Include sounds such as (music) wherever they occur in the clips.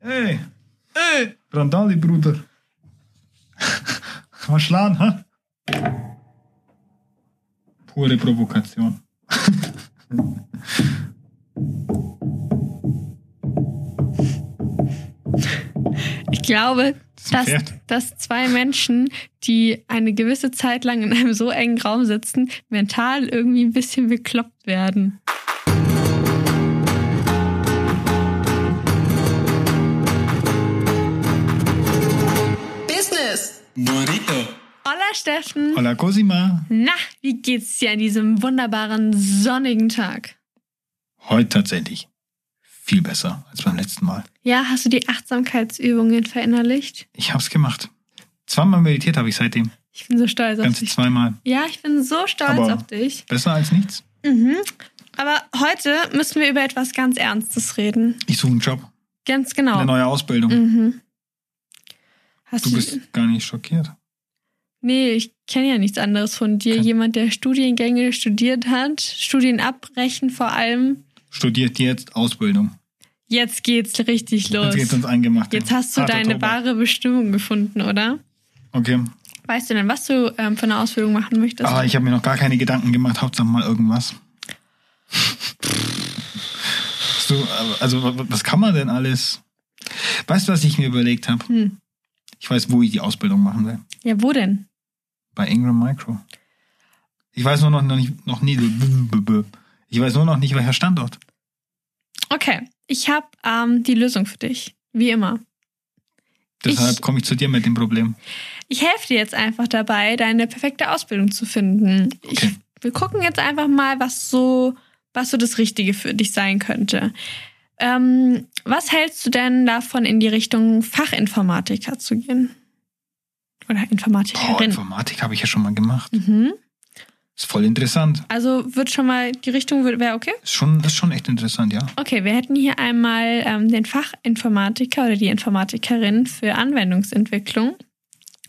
Ey, ey, Randali, Bruder. Mal schlagen, ha? Pure Provokation. Ich glaube, ist ein dass, Pferd. dass zwei Menschen, die eine gewisse Zeit lang in einem so engen Raum sitzen, mental irgendwie ein bisschen bekloppt werden. Business. Burrito. Hola Steffen! Hola Cosima. Na, wie geht's dir an diesem wunderbaren sonnigen Tag? Heute tatsächlich viel besser als beim letzten Mal. Ja, hast du die Achtsamkeitsübungen verinnerlicht? Ich hab's gemacht. Zweimal meditiert habe ich seitdem. Ich bin so stolz auf Ganze dich. zweimal. Ja, ich bin so stolz Aber- auf dich. Besser als nichts. Mhm. Aber heute müssen wir über etwas ganz Ernstes reden. Ich suche einen Job. Ganz Eine genau. neue Ausbildung. Mhm. Hast Du bist gar nicht schockiert. Nee, ich kenne ja nichts anderes von dir. Kein- Jemand, der Studiengänge studiert hat, Studien abbrechen vor allem. Studiert jetzt Ausbildung. Jetzt geht's richtig los. Jetzt geht's uns eingemacht. Jetzt hast du Harter deine Tobak. wahre Bestimmung gefunden, oder? Okay. Weißt du denn, was du ähm, für eine Ausbildung machen möchtest? Ah, ich habe mir noch gar keine Gedanken gemacht. Hauptsache mal (laughs) irgendwas. so, also, wa- wa- was kann man denn alles? Weißt du, was ich mir überlegt habe? Hm. Ich weiß, wo ich die Ausbildung machen will. Ja, wo denn? Bei Ingram Micro. Ich weiß nur noch, noch nicht, noch nie, ich weiß nur noch nicht, welcher Standort. Okay, ich habe ähm, die Lösung für dich. Wie immer. Deshalb komme ich zu dir mit dem Problem. Ich helfe dir jetzt einfach dabei, deine perfekte Ausbildung zu finden. Ich, Okay. wir gucken jetzt einfach mal, was so, was so das Richtige für dich sein könnte. Ähm, was hältst du denn davon, in die Richtung Fachinformatiker zu gehen? Oder Boah, Informatikerin? Informatik habe ich ja schon mal gemacht. mhm. Ist voll interessant. Also wird schon mal, die Richtung wäre okay? Ist schon, ist schon echt interessant, ja. Okay, wir hätten hier einmal ähm, den Fachinformatiker oder die Informatikerin für Anwendungsentwicklung.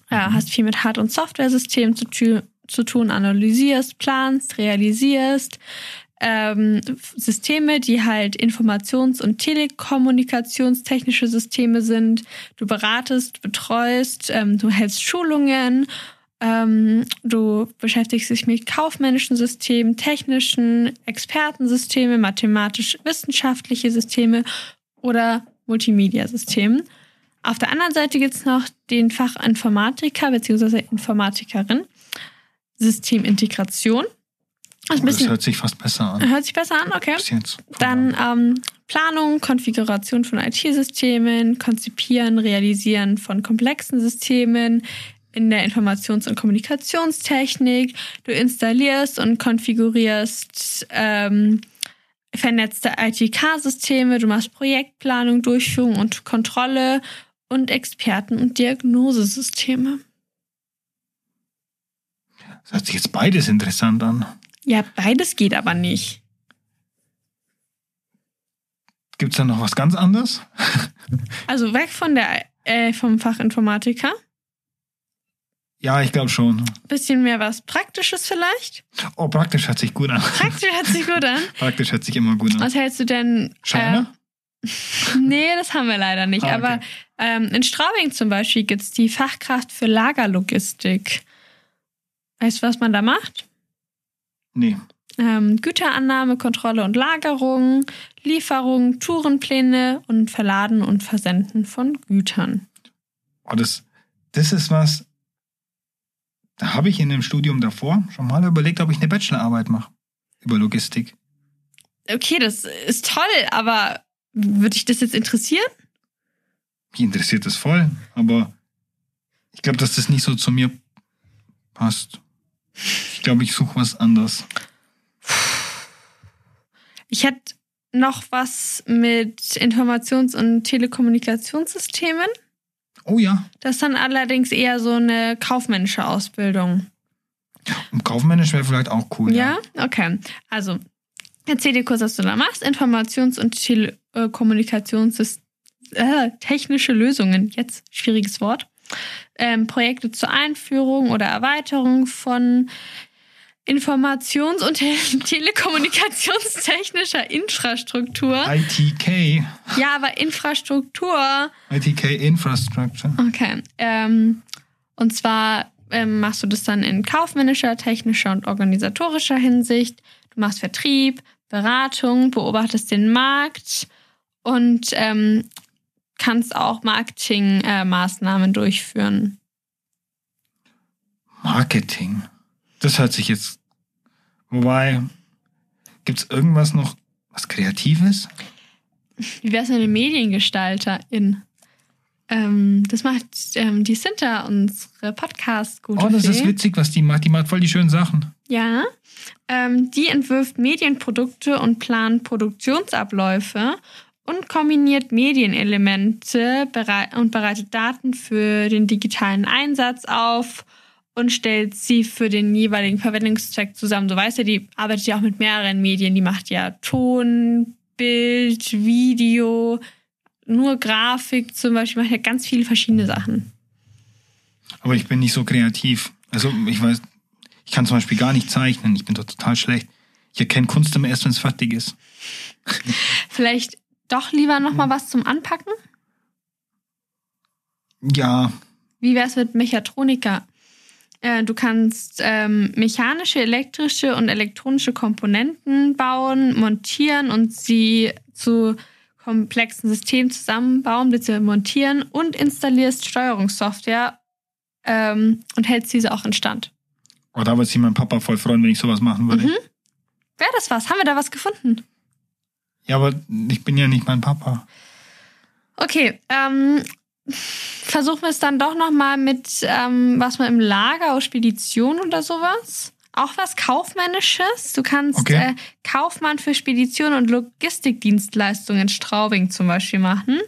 Ja, hast viel mit Hard- und Softwaresystemen zu, tü- zu tun, analysierst, planst, realisierst. Ähm, F- Systeme, die halt Informations- und Telekommunikationstechnische Systeme sind. Du beratest, betreust, ähm, du hältst Schulungen, ähm, du beschäftigst dich mit kaufmännischen Systemen, technischen Expertensystemen, mathematisch-wissenschaftliche Systeme oder Multimedia-Systemen. Auf der anderen Seite gibt es noch den Fachinformatiker bzw. Informatikerin, Systemintegration. Ist ein Das bisschen, hört sich fast besser (laughs) an. hört sich besser an, okay. Bis jetzt. Dann ähm, Planung, Konfiguration von IT-Systemen, Konzipieren, Realisieren von komplexen Systemen in der Informations- und Kommunikationstechnik. Du installierst und konfigurierst ähm, vernetzte ITK-Systeme. Du machst Projektplanung, Durchführung und Kontrolle und Experten- und Diagnosesysteme. Das hört sich jetzt beides interessant an. Ja, beides geht aber nicht. Gibt es da noch was ganz anderes? Also weg von der äh, vom Fachinformatiker. Ja, ich glaube schon. Bisschen mehr was Praktisches vielleicht. Oh, praktisch hört sich gut an. (laughs) Praktisch hört sich gut an. Praktisch hört sich immer gut an. Was hältst du denn? Scheine? Äh, nee, das haben wir leider nicht. Ah, okay. Aber ähm, in Straubing zum Beispiel gibt's die Fachkraft für Lagerlogistik. Weißt du, was man da macht? Nee. Ähm, Güterannahme, Kontrolle und Lagerung, Lieferung, Tourenpläne und Verladen und Versenden von Gütern. Oh, das, das ist was. Da habe ich in dem Studium davor schon mal überlegt, ob ich eine Bachelorarbeit mache. Über Logistik. Okay, das ist toll, aber würde dich das jetzt interessieren? Mich interessiert das voll, aber ich glaube, dass das nicht so zu mir passt. Ich glaube, ich suche was anderes. Ich hätte noch was mit Informations- und Telekommunikationssystemen. Oh ja, Das ist dann allerdings eher so eine kaufmännische Ausbildung. und kaufmännisch wäre vielleicht auch cool. ja? okay. Also, erzähl dir kurz, was du da machst. Informations- und Telekommunikationssystem. Äh, technische Lösungen, jetzt schwieriges Wort. Ähm, Projekte zur Einführung oder Erweiterung von Informations- und (laughs) Telekommunikationstechnischer Infrastruktur. ITK. Ja, aber Infrastruktur. ITK Infrastructure. Okay. Ähm, und zwar ähm, machst du das dann in kaufmännischer, technischer und organisatorischer Hinsicht. Du machst Vertrieb, Beratung, beobachtest den Markt und ähm, kannst auch Marketingmaßnahmen äh, Maßnahmen durchführen. Marketing. Das hört sich jetzt. Wobei, gibt's irgendwas noch, was Kreatives? Wie wär's mit einem Mediengestalterin? Ähm, das macht ähm, die Sinter, unsere podcast gute Oh, das Fee. ist witzig, was die macht. Die macht voll die schönen Sachen. Ja. Ähm, die entwirft Medienprodukte und plant Produktionsabläufe und kombiniert Medienelemente berei- und bereitet Daten für den digitalen Einsatz auf und stellt sie für den jeweiligen Verwendungszweck zusammen. Du weißt ja, die arbeitet ja auch mit mehreren Medien. Die macht ja Ton, Bild, Video, nur Grafik zum Beispiel, macht ja ganz viele verschiedene Sachen. Aber ich bin nicht so kreativ. Also ich weiß, ich kann zum Beispiel gar nicht zeichnen. Ich bin da total schlecht. Ich erkenne Kunst immer erst, wenn es fertig ist. Vielleicht doch lieber nochmal was zum Anpacken? Ja, Wie wär's mit Mechatroniker? Äh, Du kannst ähm, mechanische, elektrische und elektronische Komponenten bauen, montieren und sie zu komplexen Systemen zusammenbauen bzw. montieren und installierst Steuerungssoftware ähm, und hältst diese auch instand. oh, da würde sich mein Papa voll freuen, wenn ich sowas machen würde. Wäre das was? Haben wir da was gefunden? Ja, aber ich bin ja nicht mein Papa. Okay, ähm, versuchen wir es dann doch nochmal mit ähm, was man im Lager oder Spedition oder sowas. Auch was Kaufmännisches. Du kannst Okay. äh, Kaufmann für Spedition und Logistikdienstleistungen in Straubing zum Beispiel machen.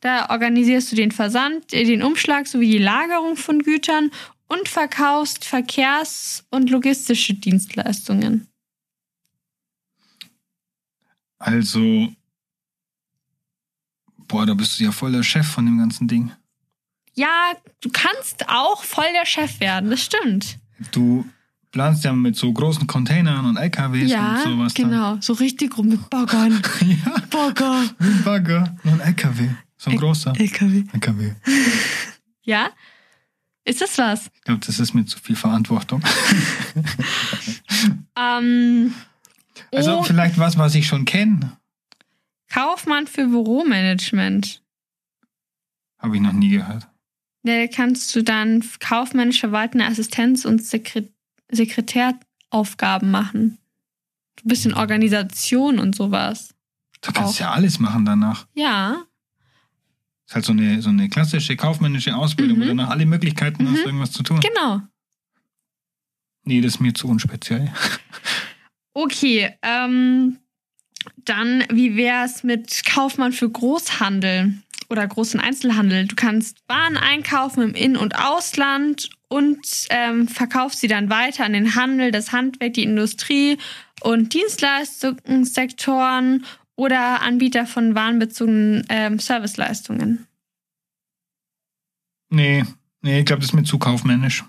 Da organisierst du den Versand, äh, den Umschlag sowie die Lagerung von Gütern und verkaufst Verkehrs- und logistische Dienstleistungen. Also, boah, da bist du ja voll der Chef von dem ganzen Ding. Ja, du kannst auch voll der Chef werden, das stimmt. Du planst ja mit so großen Containern und LKWs ja, und sowas. genau. So richtig rum mit Baggern. Dann. (laughs) Ja, (laughs) Bagger. wie ein Bagger und ein LKW. So Äh, ein großer LKW. LKW. Ja? Ist das was? Ich glaube, das ist mir zu viel Verantwortung. Ähm, Also oh, vielleicht was, was ich schon kenne, Kaufmann für Büromanagement. habe ich noch nie gehört. Da kannst du dann kaufmännisch verwaltende Assistenz und Sekre- Sekretäraufgaben machen. So ein bisschen Organisation und sowas. Du kannst ja alles machen danach. Ja. Ist halt so eine, so eine klassische kaufmännische Ausbildung, Mhm. wo du nach alle Möglichkeiten hast, Mhm. irgendwas zu tun. Genau. Nee, das ist mir zu unspeziell. Okay, ähm, dann wie wär's mit Kaufmann für Großhandel oder großen Einzelhandel? Du kannst Waren einkaufen im In- und Ausland und ähm, verkaufst sie dann weiter an den Handel, das Handwerk, die Industrie und Dienstleistungssektoren oder Anbieter von warenbezogenen ähm, Serviceleistungen. Nee, nee, ich glaube, das ist mir zu kaufmännisch.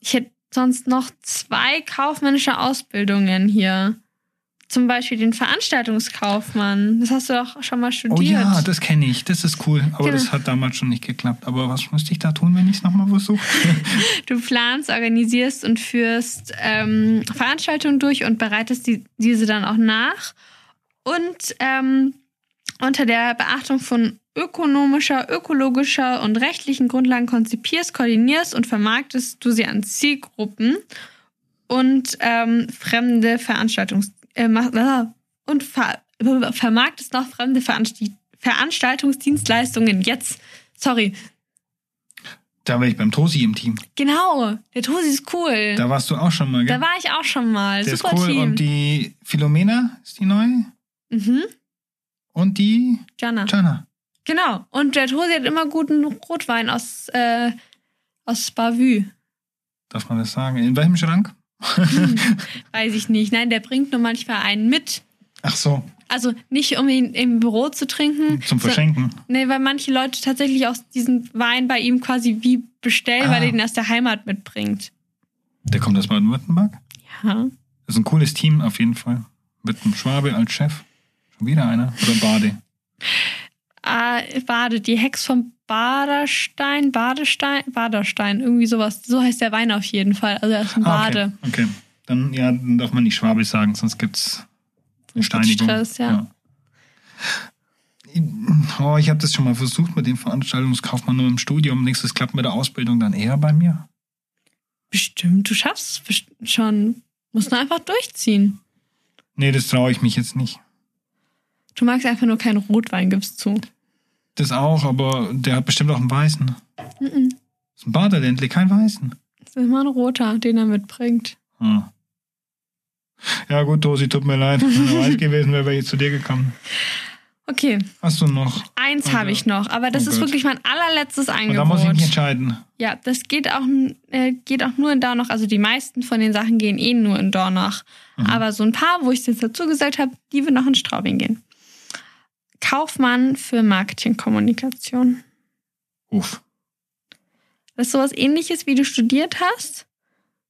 Ich hätte sonst noch zwei kaufmännische Ausbildungen hier. Zum Beispiel den Veranstaltungskaufmann. Das hast du doch schon mal studiert. Oh ja, das kenne ich, das ist cool. Aber Genau. das hat damals schon nicht geklappt. Aber was müsste ich da tun, wenn ich es nochmal versuche? Du planst, organisierst und führst ähm, Veranstaltungen durch und bereitest die, diese dann auch nach. Und ähm, unter der Beachtung von ökonomischer, ökologischer und rechtlichen Grundlagen konzipierst, koordinierst und vermarktest du sie an Zielgruppen und ähm, fremde Veranstaltungs... Äh, mach- äh, und ver vermarktest noch fremde Veranst Veranstaltungsdienstleistungen. Jetzt, sorry. da war ich beim Tosi im Team. Genau, der Tosi ist cool. Da warst du auch schon mal, gell? Da war ich auch schon mal. Der Super ist cool. Team. Und die Philomena ist die neue. mhm. Und die Jana. Jana. Genau. Und der Tosi hat immer guten Rotwein aus, äh, aus Bavü. Darf man das sagen? In welchem Schrank? Weiß ich nicht. Nein, der bringt nur manchmal einen mit. Ach so, Also nicht, um ihn im Büro zu trinken. zum so- Verschenken. Nee, weil manche Leute tatsächlich auch diesen Wein bei ihm quasi wie bestellen, weil Ah. er den aus der Heimat mitbringt. Der kommt aus Baden-Württemberg. Ja. Das ist ein cooles Team auf jeden Fall. Mit einem Schwabe als Chef. Schon wieder einer. Oder Bade. Äh, Bade, die Hex vom Baderstein, Badestein, Baderstein, irgendwie sowas. So heißt der Wein auf jeden Fall. Also er ist ein Ah, Bade. Okay. okay. Dann, ja, dann darf man nicht Schwabe sagen, sonst gibt's eine Sonst gibt's Steinigung. Stress, ja. Ja. Oh, ich habe das schon mal versucht mit dem Veranstaltungskaufmann nur im Studium. Nächstes klappt mit der Ausbildung dann eher bei mir. Bestimmt, du schaffst es best- schon. Musst nur einfach durchziehen. Nee, das traue ich mich jetzt nicht. Du magst einfach nur keinen Rotwein, gibst zu. Das auch, aber der hat bestimmt auch einen Weißen. Mhm. Ist ein Baderländle, kein Weißen. Das ist immer ein roter, den er mitbringt. Hm. Ja gut, Dosi, tut mir leid. Wenn er weiß (laughs) gewesen wäre, wäre ich zu dir gekommen. Okay, Hast du noch? eins Oh habe Gott. ich noch, aber das Oh ist Gott. wirklich mein allerletztes Und da muss ich mich Angebot. entscheiden. Ja, das geht auch, äh, geht auch nur in Dornach. Also die meisten von den Sachen gehen eh nur in Dornach. Mhm. Aber so ein paar, wo ich es jetzt dazu gesagt habe, die will noch in Straubing gehen. Kaufmann für Marketingkommunikation. Uff. Das ist sowas ähnliches, wie du studiert hast.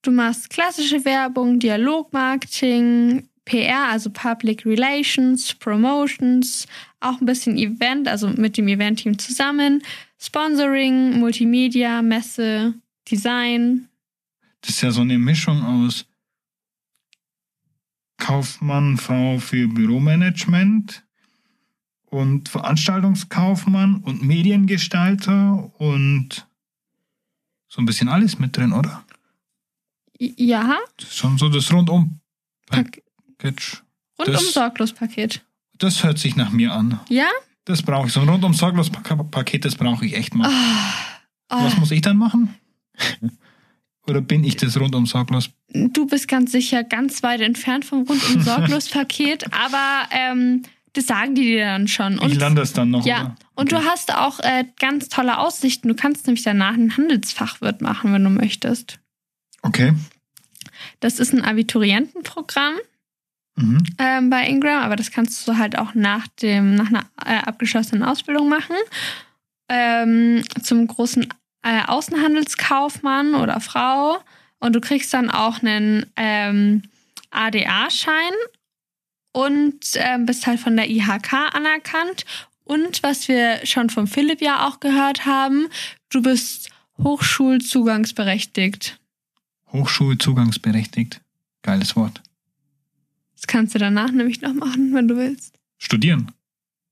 Du machst klassische Werbung, Dialogmarketing, PR, also Public Relations, Promotions, auch ein bisschen Event, also mit dem Event-Team zusammen, Sponsoring, Multimedia, Messe, Design. Das ist ja so eine Mischung aus Kaufmann, Frau für Büromanagement und Veranstaltungskaufmann und Mediengestalter und so ein bisschen alles mit drin, oder? I- Ja, Das ist schon so das Rundum-Package. Pack rundum Das- sorglos Paket. Das hört sich nach mir an. Ja? Das brauche ich. So ein rundum sorglos Paket, das brauche ich echt mal. Oh, Was muss ich dann machen? Oder bin ich das rundum sorglos? du bist ganz sicher ganz weit entfernt vom (laughs) rundum sorglos Paket, aber ähm, das sagen die dir dann schon. Ich lande es dann noch. Ja, oder? und du hast auch äh, ganz tolle Aussichten. Du kannst nämlich danach einen Handelsfachwirt machen, wenn du möchtest. Okay. Das ist ein Abiturientenprogramm Mhm. ähm, bei Ingram, aber das kannst du halt auch nach, dem, nach einer äh, abgeschlossenen Ausbildung machen. Ähm, zum großen äh, Außenhandelskaufmann oder Frau. Und du kriegst dann auch einen ähm, ADA-Schein und ähm, bist halt von der IHK anerkannt. Und was wir schon vom Philipp ja auch gehört haben, du bist hochschulzugangsberechtigt. Hochschulzugangsberechtigt. Geiles Wort. Das kannst du danach nämlich noch machen, wenn du willst. Studieren.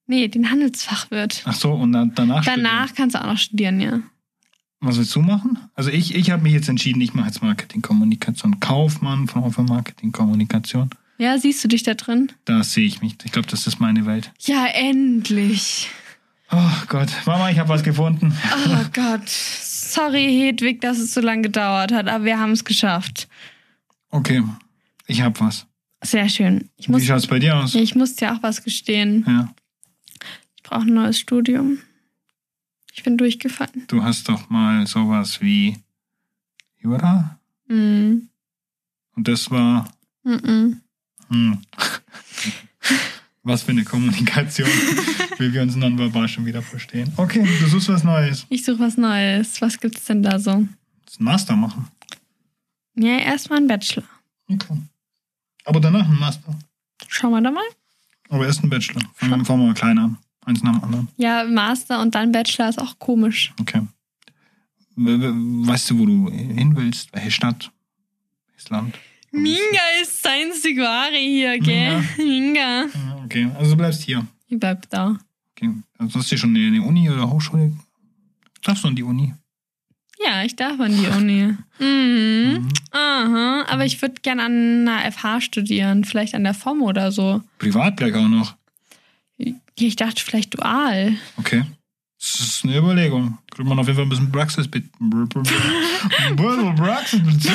Nee, den Handelsfachwirt. Ach so, und dann, danach. Danach Studieren. kannst du auch noch studieren, ja. Was willst du machen? Also, ich, ich habe mich jetzt entschieden, ich mache jetzt Marketingkommunikation. Kaufmann, Frau für Marketingkommunikation. Ja, siehst du dich da drin? Da sehe ich mich. Ich glaube, das ist meine Welt. Ja, endlich. Oh Gott. Mama, ich habe was gefunden. (laughs) Oh Gott. Sorry, Hedwig, dass es so lange gedauert hat, aber wir haben es geschafft. Okay. Ich habe was. Sehr schön. Ich muss, Wie schaut's bei dir aus? ich muss dir auch was gestehen. Ja. Ich brauche ein neues Studium. Ich bin durchgefallen. Du hast doch mal sowas wie Jura? Mm. Und das war. Mm -mm. Hm. Was für eine Kommunikation, wie wir uns nonverbal schon wieder verstehen. Okay, du suchst was Neues. Ich suche was Neues. Was gibt's denn da so? Jetzt einen Master machen. Ja, erstmal ein Bachelor. Okay. Aber danach einen Master. Schauen wir da mal. Aber erst einen Bachelor. Fangen wir- fangen wir mal klein an. Eins nach dem anderen. Ja, Master und dann Bachelor ist auch komisch. Okay. We- we- Weißt du, wo du hin willst? Welche Stadt? Welches Land? Minga ist sein Sigwari hier, gell? gell? (laughs) Minga. Ja, Okay, also du bleibst hier. Ich bleib da. Okay. Also hast du schon eine Uni oder Hochschule? Darfst du in die Uni? Ja, ich darf an die Uni. Mhm. Mhm. Aha. Aber ich würde gern an einer FH studieren, vielleicht an der FOM oder so. Privat gleich auch noch. Ja, Ich dachte vielleicht dual. Okay. Das ist eine Überlegung. Kriegt man auf jeden Fall ein bisschen Praxis mit. Br- br- br- br-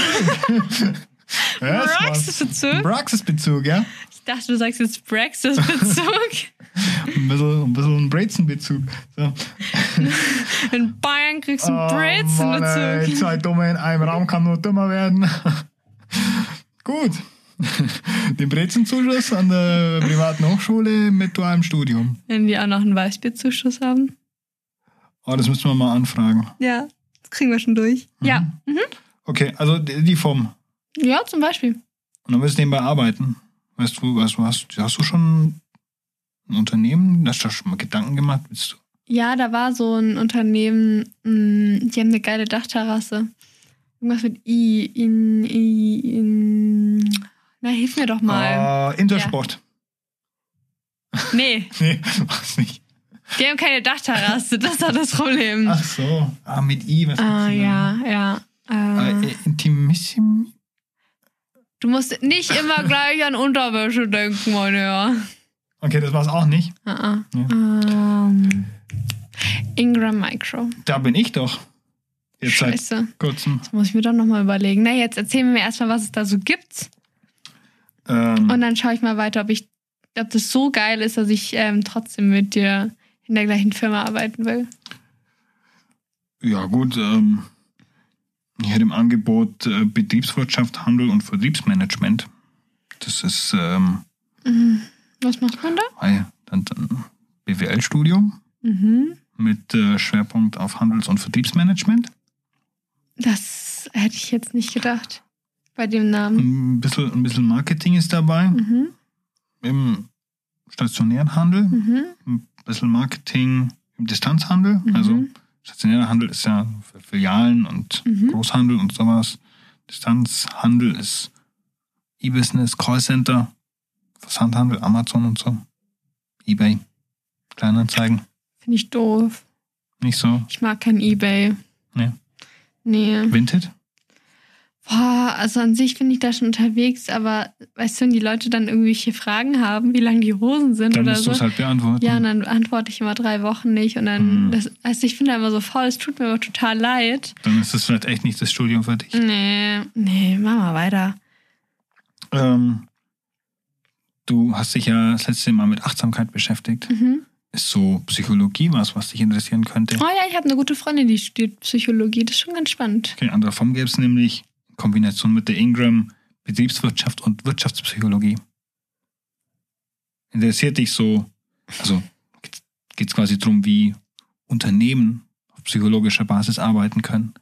Praxisbezug. Ja, das war's. Brexit-Bezug? Praxisbezug, ja. Ich dachte, du sagst (laughs) jetzt Brexit-Bezug. Ein bisschen, ein bisschen ein Brezenbezug. So. Oh, In Bayern kriegst du einen Mann, ey, Brezen-Bezug. zwei Dumme in einem Raum kann nur dümmer werden. (laughs) Gut. (laughs) Den Brezenzuschuss an der privaten Hochschule mit dualem Studium. Wenn die auch noch einen Weißbierzuschuss haben. Oh, das müssen wir mal anfragen. Ja, das kriegen wir schon durch. Ja. Mhm. Okay, also die die vom. Ja, zum Beispiel. Und dann willst du nebenbei arbeiten. Weißt du, weißt du, hast, hast du schon ein Unternehmen? Hast du da schon mal Gedanken gemacht? Willst du? Ja, da war so ein Unternehmen, mh, die haben eine geile Dachterrasse. Irgendwas mit I, in, I, in. Na, hilf mir doch mal. Äh, Intersport. Nee, (laughs) Nee, was nicht. die haben keine Dachterrasse, das ist doch das Problem. Ach so. Ah, mit I, was Ah, gibt's denn da? ja, ja. Äh, Äh, äh, Intimissimi? du musst nicht (laughs) immer gleich an Unterwäsche denken, mein Herr. Okay, das war's auch nicht. Ah, ah. Ja. Ähm, Ingram Micro. Da bin ich doch. Jetzt seit Scheiße. kurzem. Muss ich mir doch nochmal überlegen. Na, jetzt erzählen wir mir erstmal, was es da so gibt. Ähm, Und dann schaue ich mal weiter, ob ich, ob das so geil ist, dass ich ähm, trotzdem mit dir in der gleichen Firma arbeiten will. ja, gut. Ähm, ich hätte im Angebot äh, Betriebswirtschaft, Handel und Vertriebsmanagement. Das ist ähm, Mhm. Was macht man da? ei, dann, dann BWL-Studium Mhm. mit äh, Schwerpunkt auf Handels- und Vertriebsmanagement. Das hätte ich jetzt nicht gedacht. Bei dem Namen. Ein bisschen, ein bisschen Marketing ist dabei Mhm. im stationären Handel, Mhm. ein bisschen Marketing im Distanzhandel. Also Mhm. stationärer Handel ist ja für Filialen und Mhm. Großhandel und sowas. Distanzhandel ist E-Business, Callcenter, Versandhandel, Amazon und so. Ebay, Kleinanzeigen, Finde ich doof. nicht so. Ich mag kein Ebay. Nee. Nee. Vinted? Boah, also an sich bin ich da schon unterwegs, aber weißt du, wenn die Leute dann irgendwelche Fragen haben, wie lang die Hosen sind Dann oder musst du so. es halt beantworten. Ja, und dann antworte ich immer drei Wochen nicht. Und dann, Mhm. das, also ich bin da immer so faul, es tut mir aber total leid. Dann ist das vielleicht echt nicht das Studium für dich. Nee, nee, mach mal weiter. Ähm, du hast dich ja das letzte Mal mit Achtsamkeit beschäftigt. Mhm. Ist so Psychologie was, was dich interessieren könnte? Oh ja, ich habe eine gute Freundin, die studiert Psychologie. Das ist schon ganz spannend. Okay, andere Form gäbe es nämlich in Kombination mit der Ingram Betriebswirtschaft und Wirtschaftspsychologie. Interessiert dich so, also geht es quasi darum, wie Unternehmen auf psychologischer Basis arbeiten können.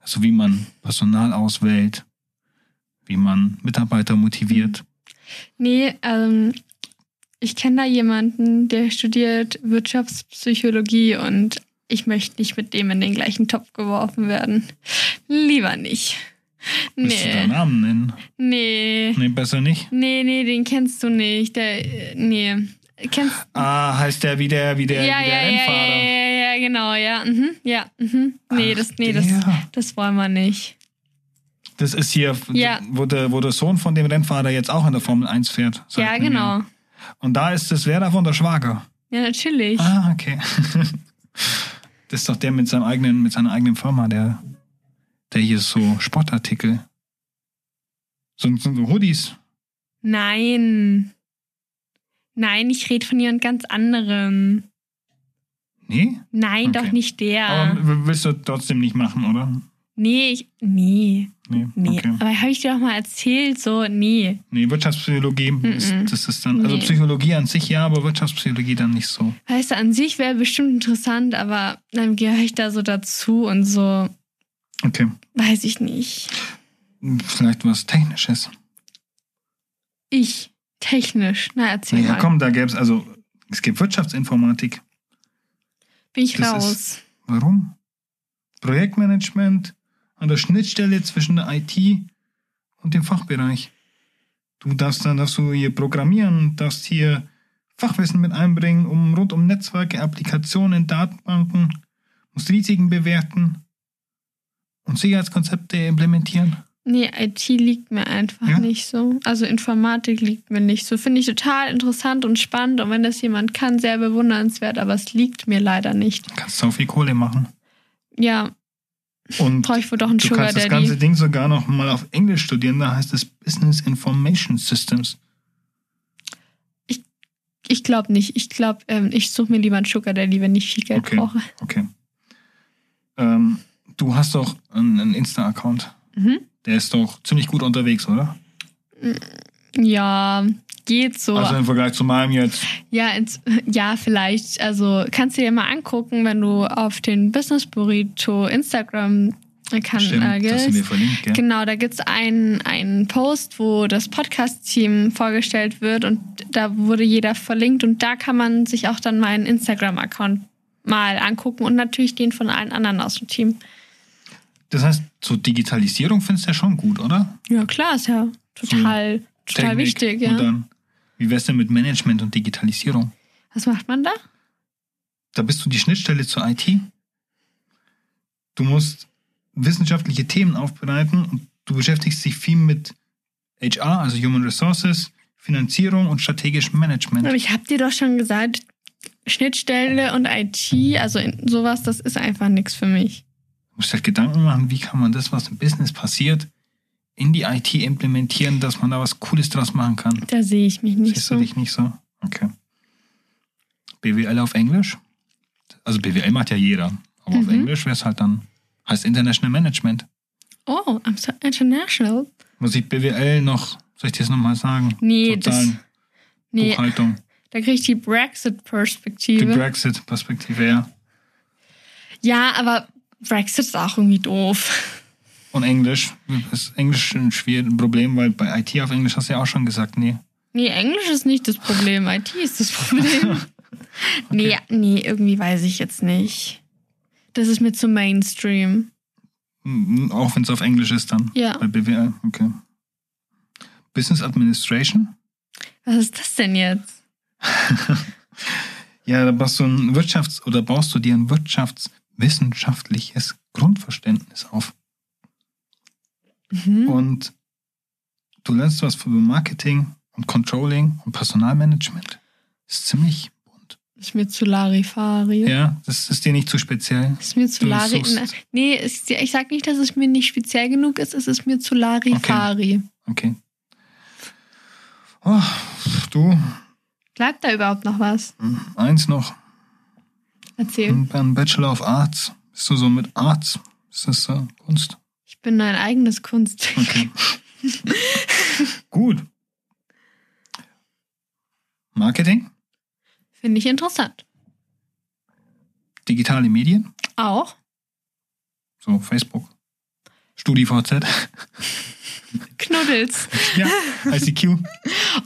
Also wie man Personal auswählt, wie man Mitarbeiter motiviert. Nee, ähm, ich kenne da jemanden, der studiert Wirtschaftspsychologie und ich möchte nicht mit dem in den gleichen Topf geworfen werden. Lieber nicht. Willst du da ne? Nee, Namen nennen? nee, Nee, besser nicht. nee, nee, den kennst du nicht. Der, äh, nee. Kennst Ah, heißt der wie der, wie der, ja, wie der ja, ja, Rennfahrer. ja, ja, genau, ja. Mhm, ja, mhm. Nee, Ach, das, nee, das, der. das wollen wir nicht. Das ist hier, Ja. wo, der, wo der Sohn von dem Rennfahrer jetzt auch in der Formel 1 fährt. seit ja, einem Jahr. genau. Und da ist das wer davon der Schwager. Ja, natürlich. Ah, okay. (laughs) das ist doch der mit seinem eigenen, mit seiner eigenen Firma, der, der hier so Sportartikel. So, so so Hoodies. Nein. Nein, ich rede von jemand ganz anderem. Nee? Nein, Okay. doch nicht der. Aber w- willst du trotzdem nicht machen, oder? nee, ich, nee, Nee. nee. Okay. Aber habe ich dir doch mal erzählt, so, nee. Nee, Wirtschaftspsychologie ist, Mm-mm. das ist dann. Also Nee. Psychologie an sich ja, aber Wirtschaftspsychologie dann nicht so. Weißt du, an sich wäre bestimmt interessant, aber dann gehöre ich da so dazu und so, Okay. weiß ich nicht. Vielleicht was Technisches. Ich, technisch, na erzähl Naja, mal. komm, da gäbe es also, es gibt Wirtschaftsinformatik. Bin ich das raus. ist- Warum? Projektmanagement an der Schnittstelle zwischen der IT und dem Fachbereich. Du darfst dann darfst du hier programmieren, darfst hier Fachwissen mit einbringen, um rund um Netzwerke, Applikationen, Datenbanken, musst Risiken bewerten und Sicherheitskonzepte implementieren. Nee, IT liegt mir einfach Ja? nicht so. Also Informatik liegt mir nicht so. Finde ich total interessant und spannend und wenn das jemand kann, sehr bewundernswert, aber es liegt mir leider nicht. Dann kannst du auch viel Kohle machen. Ja, Und brauche ich wohl doch einen Du Sugar kannst das ganze Daddy. Ding sogar noch mal auf Englisch studieren, da heißt es Business Information Systems. Ich glaube nicht. Ich glaube, ähm, ich suche mir lieber einen Sugar Daddy, wenn ich viel Geld Okay. brauche. Okay. Ähm, du hast doch einen, einen Insta-Account. Mhm. Der ist doch ziemlich gut unterwegs, oder? Ja, geht so. Also im Vergleich zu meinem jetzt. ja, ins, ja, vielleicht. Also kannst du dir mal angucken, wenn du auf den Business Burrito Instagram Er kann Stimmt, das äh, Gills. sind wir verlinkt, gell? Genau, da gibt es einen, einen Post, wo das Podcast-Team vorgestellt wird und da wurde jeder verlinkt und da kann man sich auch dann meinen Instagram-Account mal angucken und natürlich den von allen anderen aus dem Team. Das heißt, zur Digitalisierung findest du ja schon gut, oder? Ja, klar, ist ja total, total Hm. Technik wichtig. Und Ja. dann, wie wär's denn mit Management und Digitalisierung? Was macht man da? Da bist du die Schnittstelle zur IT. Du musst wissenschaftliche Themen aufbereiten und du beschäftigst dich viel mit HR, also Human Resources, Finanzierung und strategischem Management. Aber ich habe dir doch schon gesagt, Schnittstelle und IT, also in sowas, das ist einfach nichts für mich. Du musst halt Gedanken machen, wie kann man das, was im Business passiert, in die IT implementieren, dass man da was Cooles draus machen kann. Da sehe ich mich nicht Siehst so. du dich nicht so? Okay. BWL auf Englisch? Also BWL macht ja jeder. Aber auf Mhm. Englisch wäre es halt dann, heißt International Management. Oh, I'm so international. Muss ich BWL noch, soll ich dir das nochmal sagen? Nee, Zahlen, das. Nee, Buchhaltung, da kriege ich die die Brexit-Perspektive. Brexit-Perspektive, ja. Ja, aber Brexit ist auch irgendwie doof. Und Englisch, ist Englisch ein schwieriges Problem, weil bei IT auf Englisch hast du ja auch schon gesagt, nee. Nee, Englisch ist nicht das Problem, IT ist das (laughs) Problem. (laughs) Nee, nee, irgendwie weiß ich jetzt nicht. Das ist mir zu Mainstream. Mhm, Auch wenn es auf Englisch ist dann. Ja. Bei BWL, okay. Business Administration? Was ist das denn jetzt? Ja, da baust du ein Wirtschafts- oder baust du dir ein wirtschaftswissenschaftliches Grundverständnis auf. Mhm. Und du lernst was über Marketing und Controlling und Personalmanagement. Ist ziemlich bunt. Ist mir zu Larifari. Ja, das ist dir nicht zu speziell. Ist mir zu Du Lari. suchst- Nee, ist, ich sag nicht, dass es mir nicht speziell genug ist, es ist mir zu Larifari. Okay. Oh, du, Bleibt da überhaupt noch was? eins noch. Erzähl. Ein ein Bachelor of Arts. Bist du so mit Arts? Ist das äh, Kunst? Ich bin ein eigenes Kunst. Okay. (laughs) Gut. Marketing, Finde ich interessant. digitale Medien, Auch. so Facebook, StudiVZ, (laughs) Knuddels. ja, ICQ.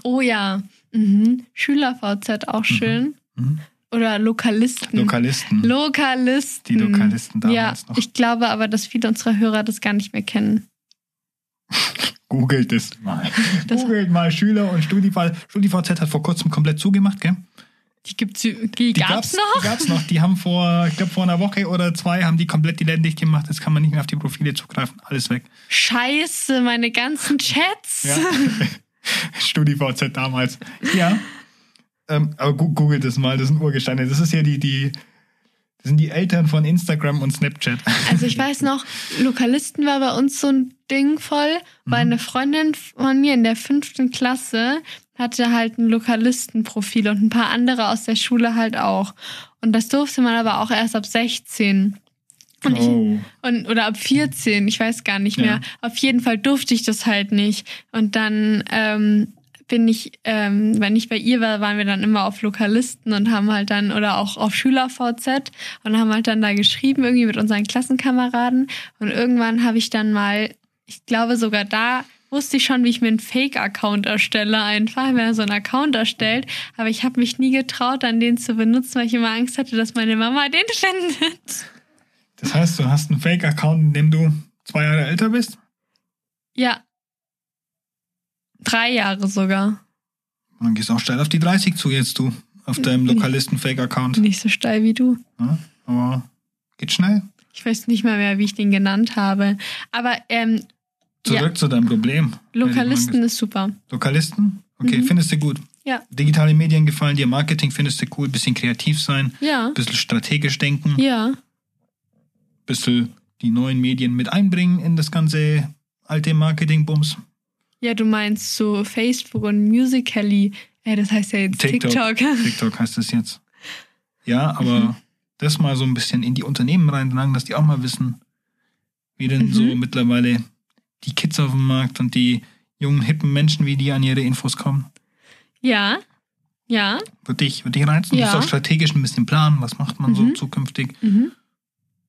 Oh ja. Mhm. Schüler-VZ auch schön. Mhm. Oder Lokalisten. Lokalisten. Lokalisten. Die Lokalisten damals ja, noch. Ich glaube aber, dass viele unserer Hörer das gar nicht mehr kennen. Googelt es mal. (laughs) Das- Googelt mal Schüler und StudiVZ. StudiVZ hat vor kurzem komplett zugemacht, gell? Die gibt's, die, gab's, noch? Die gab's noch. Die haben vor, ich glaube vor einer Woche oder zwei, haben die komplett die Läden dicht gemacht. Jetzt kann man nicht mehr auf die Profile zugreifen. Alles weg. Scheiße, meine ganzen (laughs) Chats. Ja. StudiVZ damals. Ja. Ähm, aber gu- googelt das mal, das sind Urgesteine. Das ist ja die, die, das sind die Eltern von Instagram und Snapchat. Also ich weiß noch, Lokalisten war bei uns so ein Ding voll, weil Mhm. eine Freundin von mir in der fünften Klasse hatte halt ein Lokalistenprofil und ein paar andere aus der Schule halt auch. Und das durfte man aber auch erst ab 16. Und ich, oh. und, oder ab 14, ich weiß gar nicht Ja. mehr. Auf jeden Fall durfte ich das halt nicht. Und dann ähm, bin ich, ähm, wenn ich bei ihr war, waren wir dann immer auf Lokalisten und haben halt dann, oder auch auf SchülerVZ und haben halt dann da geschrieben, irgendwie mit unseren Klassenkameraden. Und irgendwann habe ich dann mal, ich glaube sogar da wusste ich schon, wie ich mir einen Fake-Account erstelle einfach, wenn er so einen Account erstellt. Aber ich habe mich nie getraut, dann den zu benutzen, weil ich immer Angst hatte, dass meine Mama den (laughs) findet. Das heißt, du hast einen Fake-Account, in dem du zwei Jahre älter bist? Ja. Drei Jahre sogar. Und dann gehst du auch steil auf die 30 zu jetzt, du. Auf deinem Lokalisten-Fake-Account. Nicht so steil wie du. Ja, aber geht schnell. Ich weiß nicht mal mehr, wie ich den genannt habe. Aber ähm, Zurück Ja. zu deinem Problem. Hätte ich Lokalisten Mhm. mal ist super. gesagt. Lokalisten? Okay, findest du gut. Ja. Digitale Medien gefallen dir, Marketing findest du cool, bisschen kreativ sein, Ja. bisschen strategisch denken. Ja. bisschen die neuen Medien mit einbringen in das ganze alte Marketing-Bums. Ja, du meinst so Facebook und Musical.ly. Äh, das heißt ja jetzt TikTok. TikTok. (laughs) TikTok heißt das jetzt. Ja, aber Mhm. das mal so ein bisschen in die Unternehmen reintragen, dass die auch mal wissen, wie denn Mhm. so mittlerweile die Kids auf dem Markt und die jungen, hippen Menschen, wie die an ihre Infos kommen. Ja. Ja. Würde dich, würde dich reizen. Ja. Du musst auch strategisch ein bisschen planen, was macht man so Mhm. zukünftig. Mhm.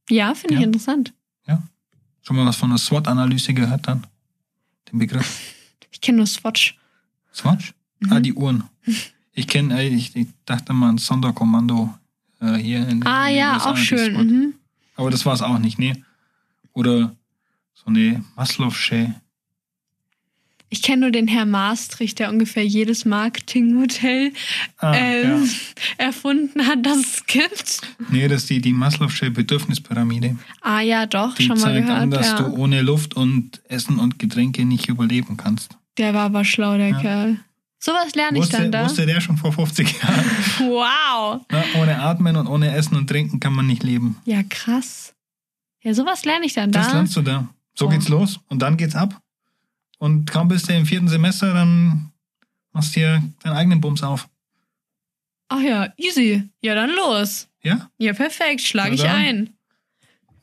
Ja, finde Ja. ich interessant. Ja. Schon mal was von der SWOT-Analyse gehört dann? Den Begriff? Ich kenne nur Swatch. SWOT? Ah, Mhm. die Uhren. Ich kenne, äh, ich, ich dachte mal an Sonderkommando äh, hier in Ah in den ja, USA, auch die schön. SWAT. Mhm. Aber das war es auch nicht, nee. Oder so eine Maslow'sche. Ich kenne nur den Herr Maastricht, der ungefähr jedes Marketingmodell Ah, ähm, erfunden hat, das es gibt. ja. Nee, das ist die, die Maslow'sche Bedürfnispyramide. Ah ja, doch, Die schon mal zeigt gehört. an, dass ja. du ohne Luft und Essen und Getränke nicht überleben kannst. Der war aber schlau, der Ja. Kerl. Sowas lerne ich Wusste, dann da. wusste der schon vor 50 Jahren. Wow. Na, ohne Atmen und ohne Essen und Trinken kann man nicht leben. Ja, krass. Ja, sowas lerne ich dann Das da. lernst du da. So Oh. geht's los und dann geht's ab. Und kaum bist du im vierten Semester, dann machst du dir deinen eigenen Bums auf. Ach ja, easy. Ja, dann los. Ja? Ja, perfekt. Schlag Na ich dann. ein. Haben,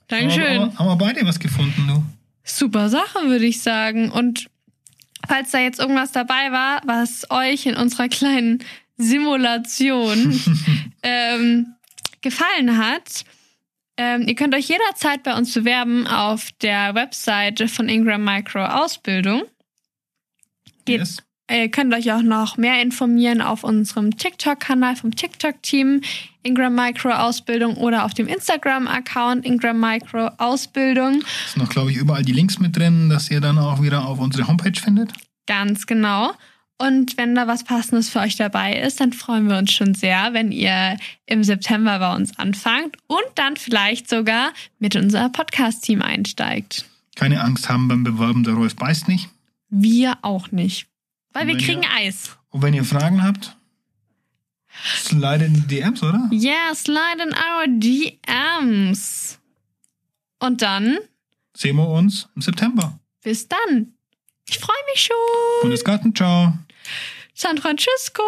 Dankeschön. wir- haben wir beide was gefunden, du. Super Sache, würde ich sagen. Und falls da jetzt irgendwas dabei war, was euch in unserer kleinen Simulation ähm, gefallen hat, ähm, ihr könnt euch jederzeit bei uns bewerben auf der Webseite von Ingram Micro Ausbildung. Geht Yes. Ihr könnt euch auch noch mehr informieren auf unserem TikTok-Kanal vom TikTok-Team Ingram Micro Ausbildung oder auf dem Instagram-Account Ingram Micro Ausbildung. Ist noch, glaube ich, überall die Links mit drin, dass ihr dann auch wieder auf unsere Homepage findet. Ganz genau. Und wenn da was Passendes für euch dabei ist, dann freuen wir uns schon sehr, wenn ihr im September bei uns anfangt und dann vielleicht sogar mit in unser Podcast-Team einsteigt. Keine Angst haben beim Bewerben, der Rolf beißt nicht. Wir auch nicht. Weil wir Wenn ihr- kriegen Eis. Und wenn ihr Fragen habt, slide in die DMs, oder? Yeah, slide in our DMs. Und dann Sehen wir uns im September. Bis dann. Ich freue mich schon. Bundesgarten, ciao. San Francisco.